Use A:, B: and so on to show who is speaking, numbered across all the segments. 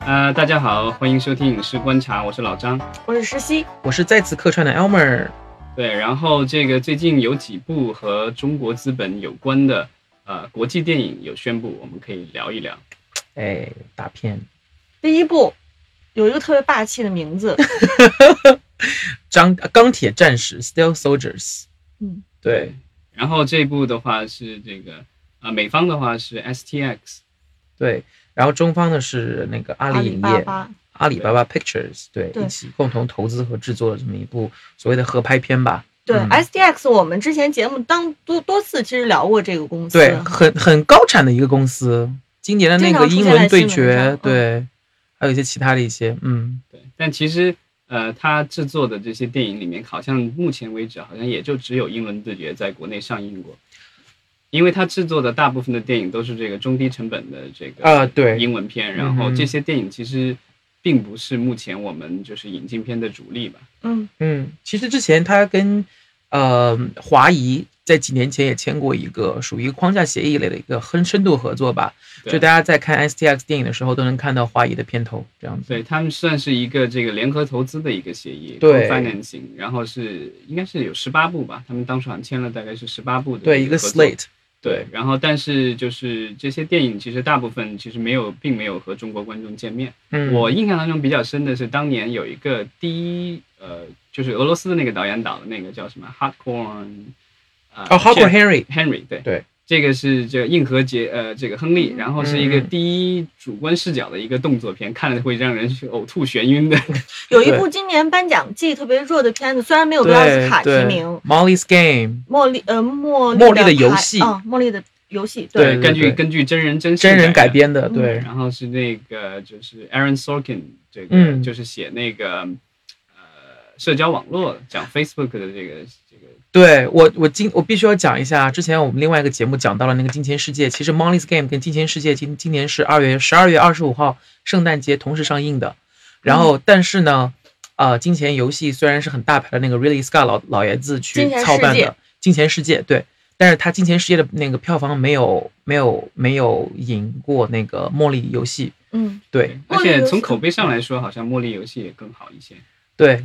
A: 呃，大家好，欢迎收听《影视观察》，我是老张。
B: 我是石溪，
C: 我是在此客串的 Elmer。
A: 对，然后这个最近有几部和中国资本有关的呃国际电影有宣布，我们可以聊一聊。
C: 哎，大片
B: 第一部有一个特别霸气的名字，
C: 张呃钢铁战士 Steel Soldiers，
B: 嗯，
A: 对，然后这部的话是这个呃美方的话是 STX，
C: 对，然后中方呢是那个阿
B: 阿
C: 里
B: 里
C: 影
B: 巴
C: 业、
B: 巴，
C: 阿里巴巴 Pictures，对，
B: 对
C: 一起共同投资和制作了这么一部所谓的合拍片吧。
B: 对
C: 嗯
B: ，SDX，我们之前节目当多多次其实聊过这个公司，
C: 对，很很高产的一个公司，今年的那
B: 经
C: 个
B: 常出
C: 英
B: 现在
C: 伦对
B: 新闻上
C: 决
B: 嗯，
C: 对，还有一些其他的一些，嗯，
A: 对，但其实呃他制作的这些电影里面，好像目前为止好像也就只有《英伦对决》在国内上映过，因为他制作的大部分的电影都是这个中低成本的这个
C: 啊对
A: 英文片，然后
C: 嗯哼
A: 这些电影其实并不是目前我们就是引进片的主力吧。
B: 嗯，
C: 嗯，其实之前他跟呃华谊在几年前也签过一个属于框架协议类的一个很深度合作吧，
A: 对
C: 就大家在看 STX 电影的时候都能看到华谊的片头这样子。
A: 对他们算是一个这个联合投资的一个协议
C: 对
A: financing，然后是应该是有十八部吧，他们当时好像签了大概是十八部的
C: 对，一个
A: 合作
C: slate，
A: 对，然后但是就是这些电影其实大部分其实没有，并没有和中国观众见面。
C: 嗯，
A: 我印象当中比较深的是当年有一个第一呃，就是俄罗斯的那个导演导的那个叫什么 Hardcore，呃
C: 哦 h a r p e r Henry，
A: Henry 对
C: 对，
A: 这个是这个硬核杰呃这个亨利，然后是一个
C: 嗯
A: 第一主观视角的一个动作片，看了会让人呕吐眩晕的。
B: 有一
C: 对
B: 部今年颁奖季特别热的片子，虽然没有得奥斯卡提
C: 对
B: 名，
C: Molly's Game，
B: 茉莉呃茉莉
C: 茉莉的
B: 的
C: 游
B: 牌
C: 戏
B: 啊，茉莉的游戏，
C: 对
A: 根据
C: 对
A: 根据真人真事
C: 真人改
A: 的。
C: 编的，
B: 嗯
C: 对，
A: 然后是那个就是 Aaron Sorkin 这个、
C: 嗯
A: 就是写那个呃社交网络讲 Facebook 的这个这个
C: 对我，我今我必须要讲一下，之前我们另外一个节目讲到了那个《金钱世界》，其实《Molly's Game》跟《金钱世界》今今年是二月十二月二十五号圣诞节同时上映的。然后，但是呢，呃，《金钱游戏》虽然是很大牌的那个 Ridley Scott 老老爷子去
B: 金钱世
C: 操办的
B: 界
C: 《金钱世界》，对，但是他《金钱世界》的那个票房没有没有没有赢过那个《茉莉游戏》，
B: 嗯，
C: 对，
A: 而
B: 茉莉
A: 且
B: 游戏
A: 从口碑上来说，好像《茉莉游戏》也更好一些。
C: 对，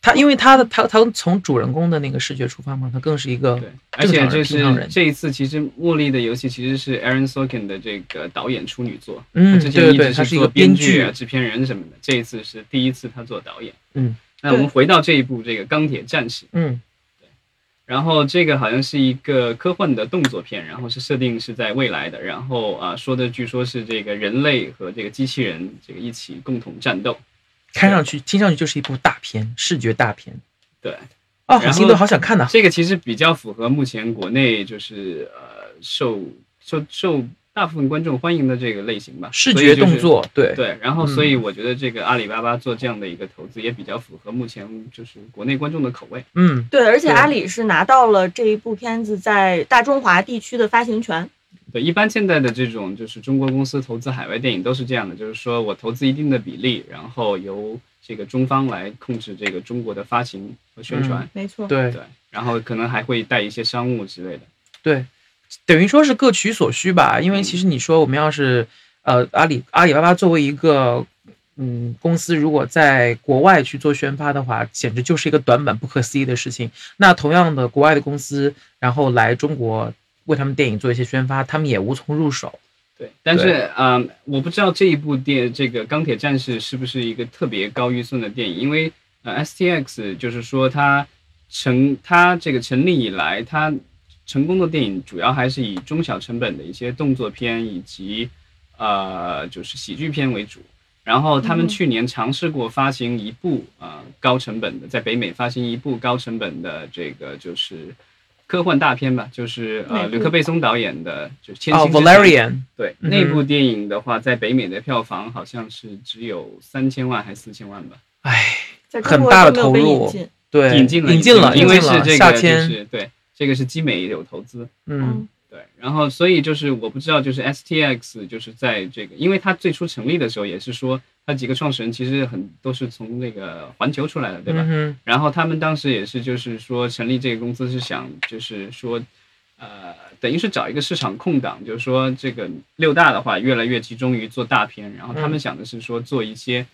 C: 他因为他的他他从主人公的那个视觉出发嘛，他更是一个
A: 对，而且就
C: 平嗯常
A: 是
C: 人
A: 这一次，其实《茉莉的游戏》其实是 Aaron Sorkin 的这个导演处女作，
C: 嗯
A: 他之前一
C: 对对
A: 直
C: 对他是一
A: 做
C: 个编
A: 编剧啊、
C: 剧
A: 制片人什么的，这一次是第一次他做导演。
C: 嗯，
A: 那我们回到这一部这个《钢铁战士》，
C: 嗯
A: 然后这个好像是一个科幻的动作片，然后是设定是在未来的，然后啊说的据说是这个人类和这个机器人这个一起共同战斗。
C: 看上去听上去就是一部大片，视觉大片
A: 对，
C: 啊，
A: 然
C: 好
A: 后
C: 心动，好想看呐、
A: 这个其实比较符合目前国内就是呃受受受大部分观众欢迎的这个类型吧，
C: 视
A: 所以
C: 觉
A: 就是
C: 动作，对
A: 对，然后
C: 嗯
A: 所以我觉得这个阿里巴巴做这样的一个投资也比较符合目前就是国内观众的口味。
C: 嗯，
B: 对，而且
C: 对
B: 阿里是拿到了这一部片子在大中华地区的发行权，
A: 对，一般现在的这种就是中国公司投资海外电影都是这样的，就是说我投资一定的比例，然后由这个中方来控制这个中国的发行和宣传，
B: 没错，
C: 对
A: 对，然后可能还会带一些商务之类的。
C: 对，等于说是各取所需吧。因为
A: 嗯
C: 其实你说我们要是呃阿里阿里巴巴作为一个嗯公司，如果在国外去做宣发的话，简直就是一个短板不可思议的事情。那同样的，国外的公司然后来中国为他们电影做一些宣发，他们也无从入手。
A: 对，但是
C: 对
A: 嗯，我不知道这一部电这个《钢铁战士》是不是一个特别高预算的电影，因为呃，STX 就是说它成它这个成立以来，它成功的电影主要还是以中小成本的一些动作片以及呃就是喜剧片为主。然后他们
B: 嗯
A: 去年尝试过发行一部呃高成本的，在北美发行一部高成本的这个就是科幻大片吧，就是
B: 哪
A: 呃
B: 部
A: 吕克贝松导演的就是《千
C: 哦
A: 星之城》
C: ，Valerian，
A: 对，
C: 嗯哼
A: 那部电影的话，在北美的票房好像是只有三千万还四千万吧，
C: 哎，
B: 在中
C: 很
B: 国
C: 大
B: 都
C: 的
B: 没有被
C: 投
B: 引
C: 入
B: 进，
C: 对，
A: 引进了，
C: 引进了，
A: 因为
C: 引
A: 是
C: 进了
A: 这
C: 夏
A: 个就
C: 天，
A: 是对，这个是基美有投资，
C: 嗯，
A: 对，然后所以就是我不知道，就是 STX 就是在这个，因为它最初成立的时候也是说，它几个创始人其实很都是从那个环球出来的，对吧？
C: 嗯哼
A: 然后他们当时也是就是说成立这个公司是想就是说，呃，等于是找一个市场空档，就是说这个六大的话越来越集中于做大片，然后他们想的是说做一些。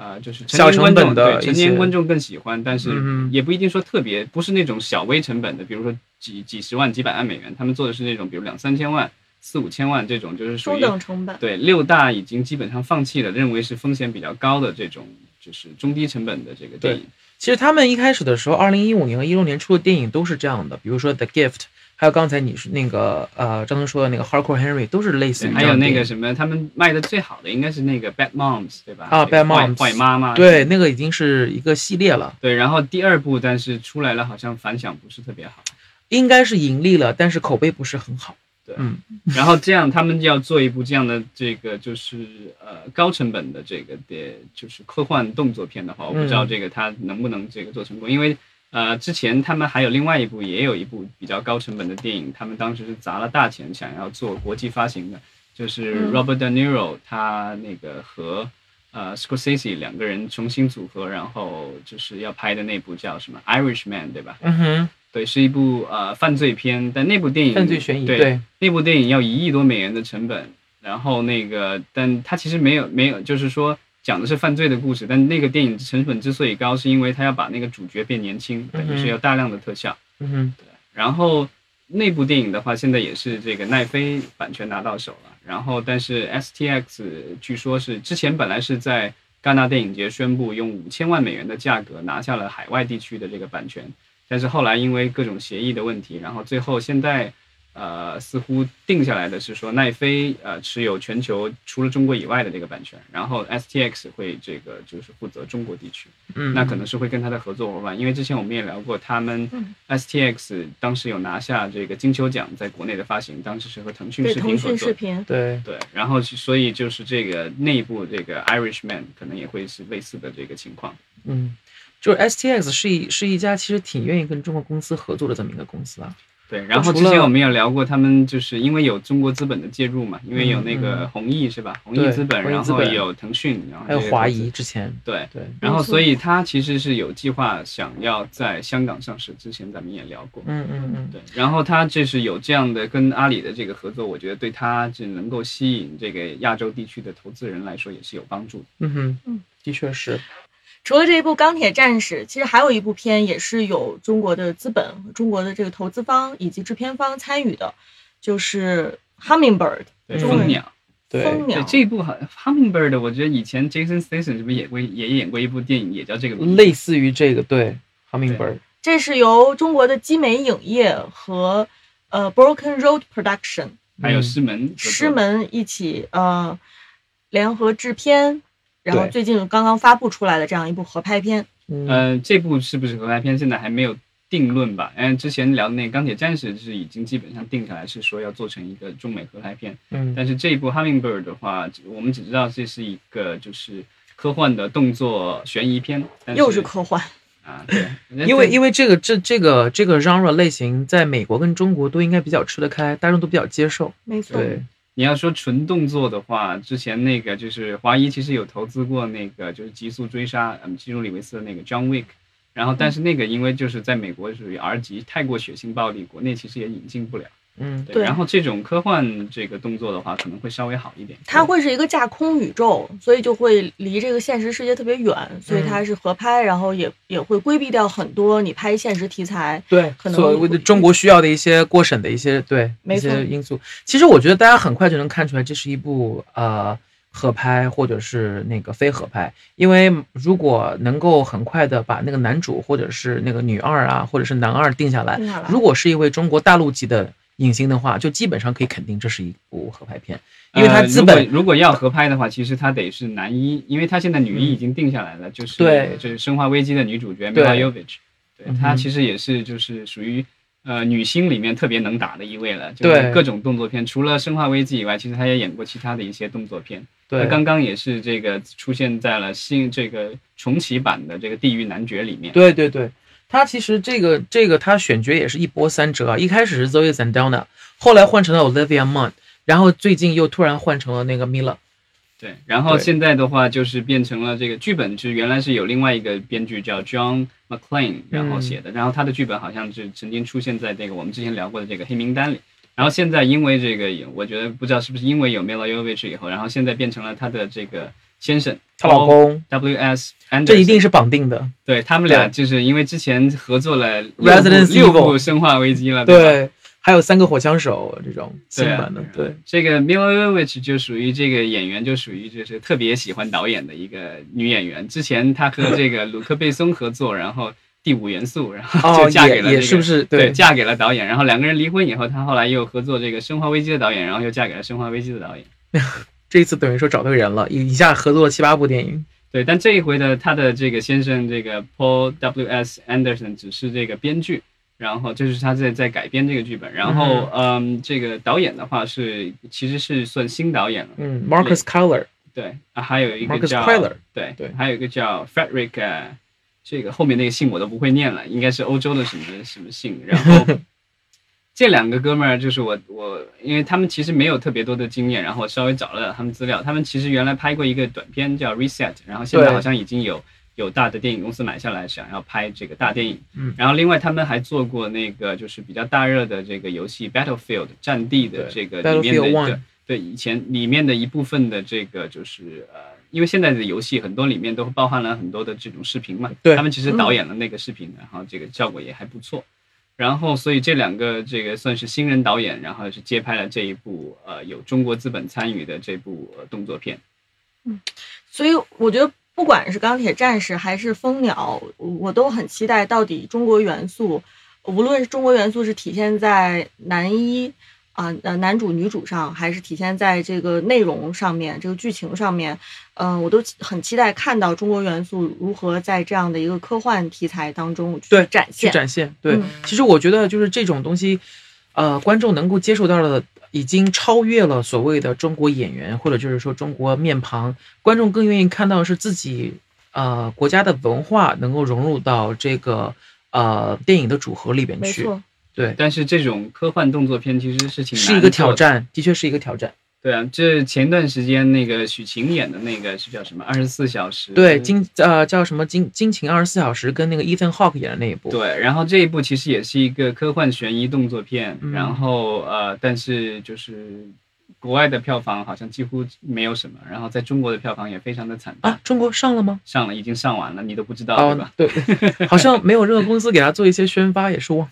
A: 呃，就是成
C: 嗯小
A: 年观
C: 成本
A: 众
C: 的
A: 对
C: 一
A: 成年
C: 些
A: 观众更喜欢，但是
C: 嗯
A: 也不一定说特别，不是那种小微成本的，比如说几几十万、几百万美元，他们做的是那种比如两三千万、四五千万这种，就是属
B: 中
A: 于
B: 等成本。
A: 对六大已经基本上放弃了，认为是风险比较高的这种，就是中低成本的这个电影。
C: 其实他们一开始的时候，二零一五年和一六年出的电影都是这样的，比如说《The Gift》，还有刚才你是那个呃张东说的那个《Hardcore Henry》，都是类似于
A: 对
C: 这
A: 还
C: 样
A: 有
C: 的
A: 那
C: 电
A: 个
C: 影
A: 什么，他们卖的最好的应该是那个 Bad Moms，对吧？
C: 啊
A: 这个
C: Bad
A: 坏
C: Moms
A: 坏妈妈。
C: 对，那个已经是一个系列了，
A: 对，然后第二部，但是出来了好像反响不是特别好。
C: 应该是盈利了，但是口碑不是很好。
A: 然后这样，他们要做一部这样的这个就是呃高成本的这个的，就是科幻动作片的话，我不知道
C: 嗯
A: 这个它能不能这个做成功，因为呃之前他们还有另外一部也有一部比较高成本的电影，他们当时是砸了大钱想要做国际发行的，就是
B: 嗯
A: Robert De Niro 他那个和呃 Scorsese 两个人重新组合，然后就是要拍的那部叫什么 Irishman 对吧？
C: 嗯哼，
A: 对，是一部呃犯罪片，但那部电影
C: 嗯犯罪悬疑，
A: 对
C: 对，
A: 那部电影要一亿多美元的成本，然后那个，但它其实没有没有，就是说讲的是犯罪的故事，但那个电影成本之所以高，是因为它要把那个主角变年轻，等于
C: 嗯哼
A: 是要大量的特效。
C: 嗯哼，
A: 然后那部电影的话，现在也是这个奈飞版权拿到手了。然后，但是 STX 据说是之前本来是在戛纳电影节宣布用五千万美元的价格拿下了海外地区的这个版权，但是后来因为各种协议的问题，然后最后现在。呃，似乎定下来的是说，奈飞呃持有全球除了中国以外的这个版权，然后 STX 会这个就是负责中国地区。
C: 嗯，
A: 那可能是会跟他的合作伙伴，因为之前我们也聊过，他们
B: 嗯
A: STX 当时有拿下这个金球奖在国内的发行，当时是和腾讯
B: 对，
A: 视
B: 腾
A: 频合
B: 讯
A: 作的。
B: 视频。
C: 对，
A: 对，然后所以就是这个内部这个 Irishman 可能也会是类似的这个情况。
C: 嗯，就是 STX 是一是一家其实挺愿意跟中国公司合作的这么一个公司啊。
A: 对，然后
C: 除
A: 之前
C: 了
A: 我们也聊过，他们就是因为有中国资本的介入嘛，因为有那
C: 嗯
A: 个
C: 嗯
A: 红毅是吧？红毅
C: 对
A: 资本，
C: 红毅
A: 然
C: 资
A: 后
C: 本
A: 有腾讯，然后
C: 还有
A: 这些
C: 华
A: 公司
C: 谊之前，
A: 啊对，
C: 对，
A: 然后
B: 没错
A: 所以他其实是有计划想要在香港上市，之前咱们也聊过。
C: 嗯嗯嗯，
A: 对，然后他就是有这样的跟阿里的这个合作，我觉得对他这能够吸引这个亚洲地区的投资人来说也是有帮助的。
C: 嗯哼，
B: 嗯，
C: 的确是，
B: 除了这一部《钢铁战士》，其实还有一部片也是有中国的资本、中国的这个投资方以及制片方参与的，就是《Hummingbird
A: 对，
C: 中
A: 蜂
C: 文
A: 鸟，
C: 对，
B: 蜂鸟
A: 对》这一部好像 Hummingbird，我觉得以前 Jason Statham 是不是也过也演过一部电影，也叫这个名字？
C: 类似于这个，对，Hummingbird，
B: 这是由中国的基美影业和呃 Broken Road Production
A: 还有
C: 嗯
A: 师门合作的，
B: 师门一起呃联合制片，然后
C: 对
B: 最近刚刚发布出来的这样一部合拍片。
C: 嗯，
A: 呃，这部是不是合拍片现在还没有定论吧？嗯，之前聊的那个钢铁战士是已经基本上定下来，是说要做成一个中美合拍片。
C: 嗯
A: 但是这一部《Hummingbird》的话，我们只知道这是一个就是科幻的动作悬疑片，但
B: 又是科幻，
A: 啊，对，
C: 因为
A: 为
C: 因为这个这这个这个 genre 类型在美国跟中国都应该比较吃得开，大众都比较接受，
B: 没错。
C: 对，
A: 你要说纯动作的话，之前那个就是华谊其实有投资过那个就是《极速追杀》嗯，基努里维斯的那个 John Wick。然后，但是那个因为就是在美国属于 R 级，太过血腥暴力，国内其实也引进不了。
C: 嗯，
A: 对，
B: 对
A: 然后这种科幻这个动作的话，可能会稍微好一点。
B: 它会是一个架空宇宙，所以就会离这个现实世界特别远，所以
C: 嗯
B: 它是合拍，然后也也会规避掉很多你拍现实题材。
C: 对，
B: 可能
C: 所谓的中国需要的一些过审的一些对
B: 没
C: 一
B: 错
C: 些因素。其实我觉得大家很快就能看出来，这是一部呃合拍或者是那个非合拍，因为如果能够很快的把那个男主或者是那个女二啊，或者是男二定下来
B: 定下来，
C: 如果是一位中国大陆籍的影星的话，就基本上可以肯定这是一部合拍片，因为它
A: 呃
C: 资本、
A: 如果如果要合拍的话，其实它得是男一，因为他现在女一已经定下来了，就是
C: 嗯对
A: 就是《生化危机》的女主角 m
C: 对
A: i l a y o v i c 对
C: 嗯哼
A: 她其实也是就是属于呃女星里面特别能打的一位了，就
C: 对
A: 是各种动作片，除了《生化危机》以外，其实她也演过其他的一些动作片。
C: 对
A: 她刚刚也是这个出现在了新这个重启版的这个《地狱男爵》里面。
C: 对对对，他其实这个这个他选角也是一波三折啊，一开始是 Zoe Saldana，后来换成了 Olivia Munn，然后最近又突然换成了那个 Mila。
A: 对，然后
C: 对
A: 现在的话就是变成了这个剧本，就是原来是有另外一个编剧叫 John
C: 嗯
A: McClane，然后写的，然后他的剧本好像是曾经出现在这个我们之前聊过的这个黑名单里，然后现在因为这个，我觉得不知道是不是因为有 Mila Jovovich 以后，然后现在变成了他的这个先生，
C: 她老公，
A: W.S. Anderson，
C: 这一定是绑定的。
A: 对他们俩就是因为之前合作了六部
C: Resident
A: 六部
C: Evil
A: 《生化危机》了，吧
C: 对，还有三个火枪手这种新
A: 对啊
C: 版的，对，
A: 这个 Mila Jovovich 就属于这个演员，就属于就是特别喜欢导演的一个女演员。之前她和这个鲁克贝松合作，然后《第五元素》，然后
C: 哦
A: 就，嫁给
C: 也
A: 了、这个
C: 也是不是
A: 对
C: 对
A: 嫁给了导演。然后两个人离婚以后，她后来又合作这个《生化危机》的导演，然后又嫁给了《生化危机》的导演。
C: 这一次等于说找对人了，一一下合作了七八部电影。
A: 对，但这一回的她的这个先生这个 Paul W S Anderson 只是这个编剧，然后就是他在在改编这个剧本，然后嗯这个导演的话是其实是算新导演了，
C: 嗯，Marcus Color，
A: 对啊，还有一个
C: Marcus
A: 叫
C: Queller
A: 对
C: 对
A: 还有一个叫 Frederick，呃这个后面那个姓我都不会念了，应该是欧洲的什么什么姓。然后 这两个哥们儿就是我我，因为他们其实没有特别多的经验，然后我稍微找了他们资料，他们其实原来拍过一个短片叫 Reset，然后现在
C: 对
A: 好像已经有。有大的电影公司买下来，想要拍这个大电影。
C: 嗯
A: 然后另外他们还做过那个就是比较大热的这个游戏《Battlefield》战地的这个里面的
C: Battlefield
A: 一
C: One
A: 个对以前里面的一部分的这个就是呃，因为现在的游戏很多里面都包含了很多的这种视频嘛，
C: 对嗯
A: 他们其实导演了那个视频，然后这个效果也还不错。然后，所以这两个这个算是新人导演，然后是接拍了这一部呃有中国资本参与的这部、呃动作片。
B: 所以我觉得，不管是钢铁战士还是蜂鸟，我都很期待到底中国元素，无论是中国元素是体现在男一啊呃男主女主上，还是体现在这个内容上面、这个剧情上面，嗯、我都很期待看到中国元素如何在这样的一个科幻题材当中去
C: 对
B: 展
C: 去
B: 现。
C: 展现。对，
B: 嗯
C: 其实我觉得就是这种东西，呃，观众能够接受到的，已经超越了所谓的中国演员或者就是说中国面庞，观众更愿意看到是自己呃国家的文化能够融入到这个呃电影的组合里边
B: 没
C: 去。
B: 错，
C: 对，
A: 但是这种科幻动作片其实是挺难
C: 是一个
A: 做
C: 挑
A: 的。
C: 战，的确是一个挑战。
A: 对啊，这前段时间那个许晴演的那个是叫什么？二十四小时。
C: 对，金呃叫什么金金情二十四小时跟那个 Ethan Hawke 演的那一部。
A: 对，然后这一部其实也是一个科幻悬疑动作片，
C: 嗯
A: 然后呃，但是就是国外的票房好像几乎没有什么，然后在中国的票房也非常的惨淡，
C: 啊，中国上了吗？
A: 上了已经上完了，你都不知道、对
C: 哦
A: 吧？，
C: 对， 好像没有任何公司给他做一些宣发，也是忘。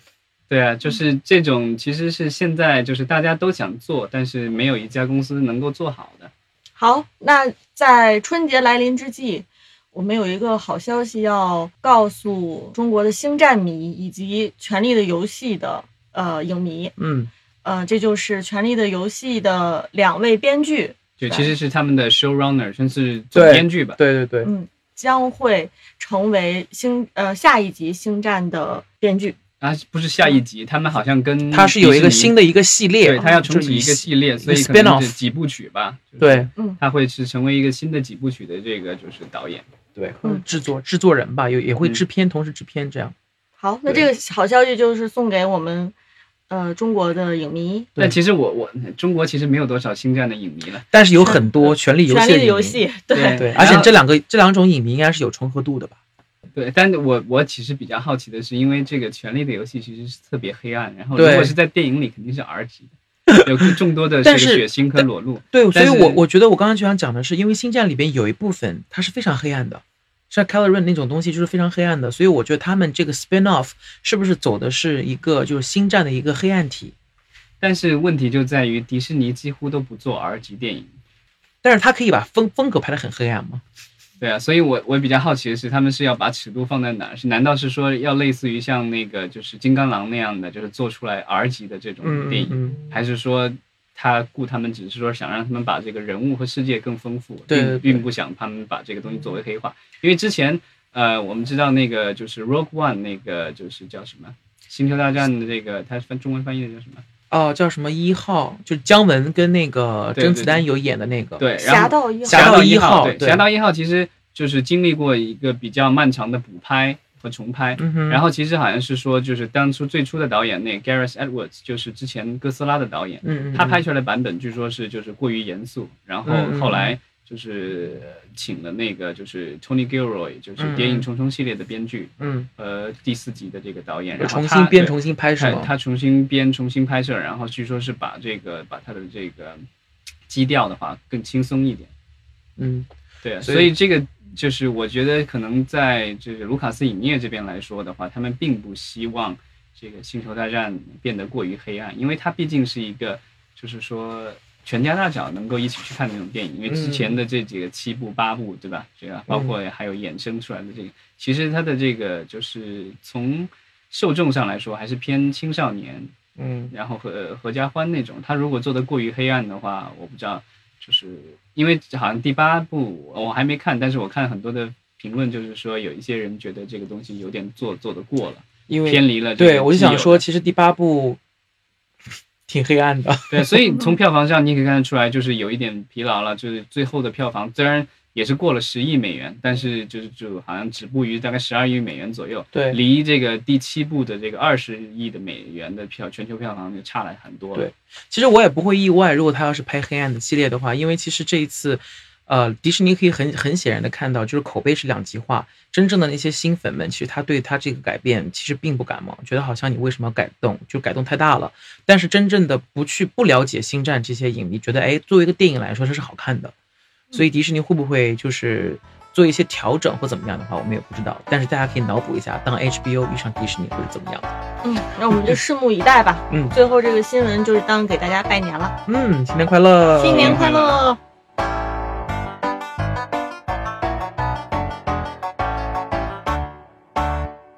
A: 对啊，就是
C: 嗯
A: 这种其实是现在就是大家都想做，但是没有一家公司能够做好的。
B: 好，那在春节来临之际，我们有一个好消息要告诉中国的星战迷以及《权力的游戏》的呃影迷，
C: 嗯，
B: 呃，这就是《权力的游戏》的两位编剧
A: 就
B: 吧
A: 其实是他们的 showrunner，算是总
C: 啊对
A: 编剧吧。
C: 对对对，
B: 将会成为星呃下一集星战的编剧。
A: 啊，不是下一集，他们好像跟
C: 它是有一个
A: 的，
C: 新的一个系列，
A: 对，他要重
C: 就是
A: 启一个系列，所以可
C: spin-off
A: 能是几部曲吧。就是
C: 对
A: 他会是成为一个新的几部曲的这个就是导演。
C: 对
B: 嗯
C: 制作制作人吧，有也会
A: 嗯
C: 制片，同时制片这样。
B: 好，那
A: 对
B: 这个好消息就是送给我们呃中国的影迷，
C: 对
A: 但其实我我中国其实没有多少星战的影迷了，
C: 但是有很多《权力
B: 《
C: 游戏》
B: 权力的
C: 影
B: 游
C: 迷，
B: 戏》
A: 对
C: 对，
A: 然
C: 而
A: 后
C: 且这两个这两种影迷应该是有重合度的吧？
A: 对，但我我其实比较好奇的是，因为这个《权力的游戏》其实是特别黑暗，然后如
C: 对
A: 果是在电影里肯定是 R 级的，有众多的这个
C: 但是
A: 血腥和裸露。
C: 对，所
A: 但
C: 以
A: 是
C: 我我觉得我刚刚就想讲的是，因为《星战》里边有一部分它是非常黑暗的，像 c a l o r i n 那种东西就是非常黑暗的，所以我觉得他们这个 spin off 是不是走的是一个就是《星战》的一个黑暗体？
A: 但是问题就在于迪士尼几乎都不做 R 级电影。
C: 但是它可以把风风格拍得很黑暗吗？
A: 对啊，所以我我比较好奇的是，他们是要把尺度放在哪儿？是难道是说要类似于像那个就是金刚狼那样的，就是做出来 R 级的这种电影？
C: 嗯，
A: 还是说他雇他们只是说想让他们把这个人物和世界更丰富，
C: 对对
A: 并
C: 对
A: 并不想他们把这个东西作为黑化。因为之前呃，我们知道那个就是 Rogue One 那个就是叫什么《星球大战》的这个，它翻中文翻译的叫什么？
C: 哦，叫什么一号？就是姜文跟那个
A: 对对
C: 甄子丹有演的那个。
A: 对，然
B: 侠
A: 后
B: 盗一号
C: 侠盗一
A: 一
C: 号
A: 对，
C: 对
A: 侠盗一号其实就是经历过一个比较漫长的补拍和重拍，
C: 嗯哼，
A: 然后其实好像是说，就是当初最初的导演那 Gareth Edwards，就是之前哥斯拉的导演，
C: 嗯，嗯
A: 他拍出来的版本据说是就是过于严肃，然后
C: 嗯嗯
A: 后来就是请了那个就是 Tony Gilroy，就是
C: 嗯
A: 《谍影重重》系列的编剧，
C: 嗯，
A: 呃，第四集的这个导演，然后
C: 重
A: 他
C: 新编
A: 对
C: 重新拍是
A: 他
C: 吗？
A: 他重新编、重新拍摄，然后据说是把这个把他的这个基调的话更轻松一点。
C: 嗯
A: 对，
C: 所
A: 所
C: 以
A: 以这个就是我觉得可能在就是卢卡斯影业这边来说的话，他们并不希望这个《星球大战》变得过于黑暗，因为它毕竟是一个就是说全家大小能够一起去看的那种电影。因为
C: 嗯
A: 之前的这几个七部八部，对吧？这个包括还有衍生出来的这个，其实它的这个就是从受众上来说还是偏青少年，
C: 嗯
A: 然后合合家欢那种。他如果做的过于黑暗的话，我不知道，就是因为好像第八部我还没看，但是我看很多的评论，就是说有一些人觉得这个东西有点做做的过了，
C: 因为
A: 偏离了这个
C: 对我就
A: 既有
C: 想说，其实第八部挺黑暗的，
A: 对，所以从票房上你可以看得出来，就是有一点疲劳了。就是最后的票房虽然也是过了十亿美元，但是就是就好像止步于大概十二亿美元左右，
C: 对
A: 离这个第七部的这个二十亿的美元的票全球票房就差了很多了。
C: 对其实我也不会意外，如果他要是拍黑暗的系列的话，因为其实这一次，呃，迪士尼可以很很显然的看到，就是口碑是两极化。真正的那些新粉们，其实他对他这个改变其实并不感冒，觉得好像你为什么要改动，就改动太大了。但是真正的不去不了解星战这些影迷，觉得哎，作为一个电影来说，它是好看的。所以迪士尼会不会就是做一些调整或怎么样的话，我们也不知道。但是大家可以脑补一下，当 HBO 遇上迪士尼会是怎么样的？
B: 嗯，那我们就拭目以待吧。
C: 嗯
B: 最后这个新闻就是当给大家拜年了，
C: 嗯，新年快乐，
B: 新年快乐！